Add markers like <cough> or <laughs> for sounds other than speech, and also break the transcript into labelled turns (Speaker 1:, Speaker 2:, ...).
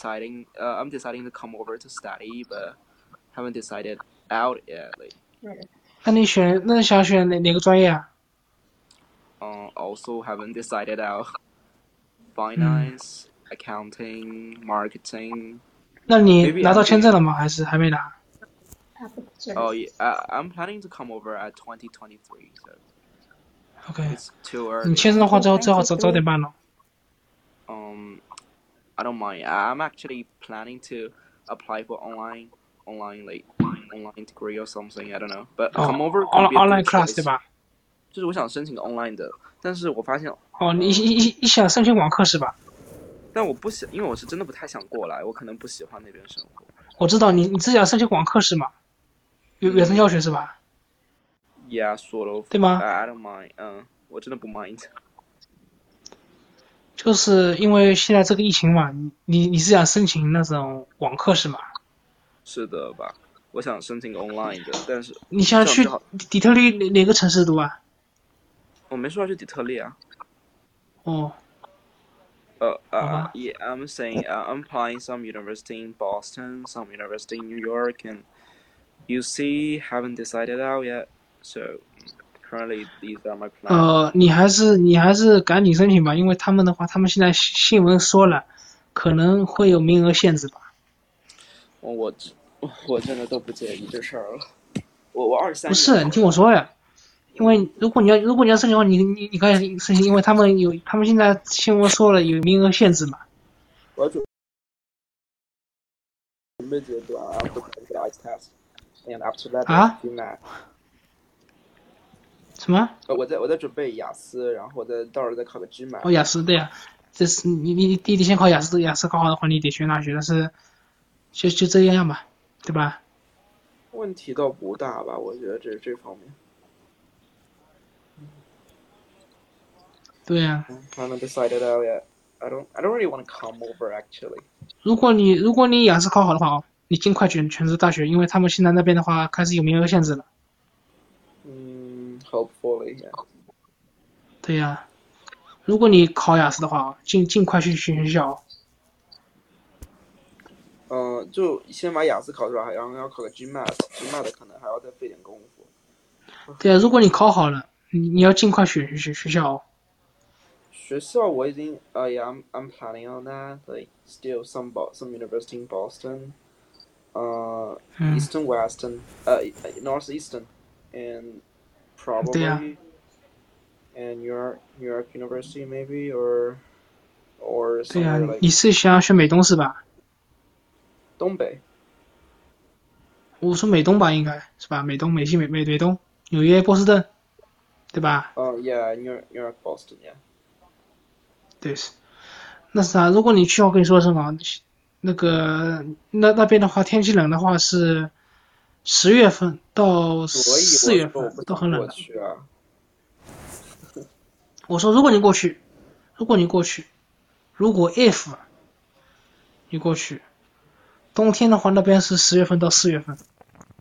Speaker 1: deciding. Uh, I'm deciding to come over to study, but haven't decided out yet. Like,
Speaker 2: 那你选那想选哪哪个专业啊？
Speaker 1: uh, also haven't decided out. Finance, accounting, marketing.
Speaker 2: 那你
Speaker 1: Maybe
Speaker 2: 拿到
Speaker 1: I'm
Speaker 2: 签证了吗？还是还没拿？
Speaker 1: Oh yeah, I, I'm planning to come over at 2023. So
Speaker 2: OK，
Speaker 1: it's too
Speaker 2: 你
Speaker 1: early.
Speaker 2: 签证的话，最后最好早早点办了。
Speaker 1: Um, I don't mind. I- I'm actually planning to apply for online, online like online degree or something. I don't know. But
Speaker 2: 哦
Speaker 1: come over could
Speaker 2: Oh, ，on
Speaker 1: be a
Speaker 2: online
Speaker 1: good
Speaker 2: class
Speaker 1: choice.
Speaker 2: 对吧？
Speaker 1: 就是我想申请 online 的，但是我发现，
Speaker 2: 哦，你一一一想申请网课是吧？
Speaker 1: 但我不喜，因为我是真的不太想过来，我可能不喜欢那边生活。
Speaker 2: 我知道你你是想申请网课是吗？远远程教学是吧？
Speaker 1: Yeah, sort of.
Speaker 2: 对吗
Speaker 1: I I don't mind. 嗯，我真的不 mind。 <laughs>
Speaker 2: 就是因为现在这个疫情嘛，你你你是想申请那种网课是吗？
Speaker 1: 是的吧？我想申请 online 的，但是
Speaker 2: 你想去
Speaker 1: 这样
Speaker 2: 底底特律哪哪个城市读啊？
Speaker 1: 我没说要去底特律啊。
Speaker 2: 哦，
Speaker 1: 呃
Speaker 2: 好
Speaker 1: 呃
Speaker 2: 吧
Speaker 1: ，Yeah, I'm saying、I'm uh, applying some university in Boston, some university in New York, and UC haven't decided out yet. So currently, these are my plans.
Speaker 2: 呃，你还是你还是赶紧申请吧，因为他们的话，他们现在新新闻说了，可能会有名额限制吧。
Speaker 1: 我我我真的都不介意这事儿了。我我二十三
Speaker 2: 不是，你听我说呀，因为如果你要如果你要申请的话，你你你可以申请，因为他们有他们现在新闻说了有名额限制嘛。
Speaker 1: 我要准准备阶段啊，不可能 IELTS test。And after that,
Speaker 2: 啊
Speaker 1: do math.
Speaker 2: 什么？
Speaker 1: 呃我在我在准备雅思，然后再到时候再考个 GMAT。
Speaker 2: 哦，雅思对呀、这是你你你弟弟先考雅思，雅思考好的话，你得选大学，但是就就这样吧，对吧？
Speaker 1: 问题倒不大吧，我觉得这这方面。
Speaker 2: 对呀、
Speaker 1: haven't decided out yet. I don't. I don't really want to come over actually.
Speaker 2: 如果你如果你雅思考好的话哦，你尽快选全职大学，因为他们现在那边的话开始有名额限制了。
Speaker 1: Mm, hopefully. Yeah.
Speaker 2: 对呀、如果你考雅思的话哦，尽尽快去选学校哦。
Speaker 1: 嗯、就先把雅思考出来，然后要考个 GMAT，GMAT 可能还要再费点功夫。
Speaker 2: 对呀、如果你考好了，你你要尽快选学学学校哦。
Speaker 1: 学校我已经呃、y e a h I'm I'm planning on that. Like still some Bo some university in Boston, uh,
Speaker 2: 嗯，
Speaker 1: Eastern Western, uh, Northeastern, and probably
Speaker 2: Yeah.
Speaker 1: and New York New York University maybe or or
Speaker 2: 对呀、
Speaker 1: somewhere like
Speaker 2: 你是想选美东是吧？
Speaker 1: 东北。
Speaker 2: 我说美东吧，应该是吧？美东、美西、美美美东，纽约、波士顿，对吧？
Speaker 1: Oh yeah, New York, New York, Boston. Yeah.
Speaker 2: 对，是。那啥，如果你去，我跟你说声啊，那个那那边的话，天气冷的话是十月份到
Speaker 1: 所以
Speaker 2: 四月
Speaker 1: 我说我
Speaker 2: 份
Speaker 1: 不
Speaker 2: 都很
Speaker 1: 想过
Speaker 2: 冷的。
Speaker 1: 去啊。
Speaker 2: 我说，如果你过去，如果你过去，如果 if 你过去，冬天的话，那边是十月份到四月份，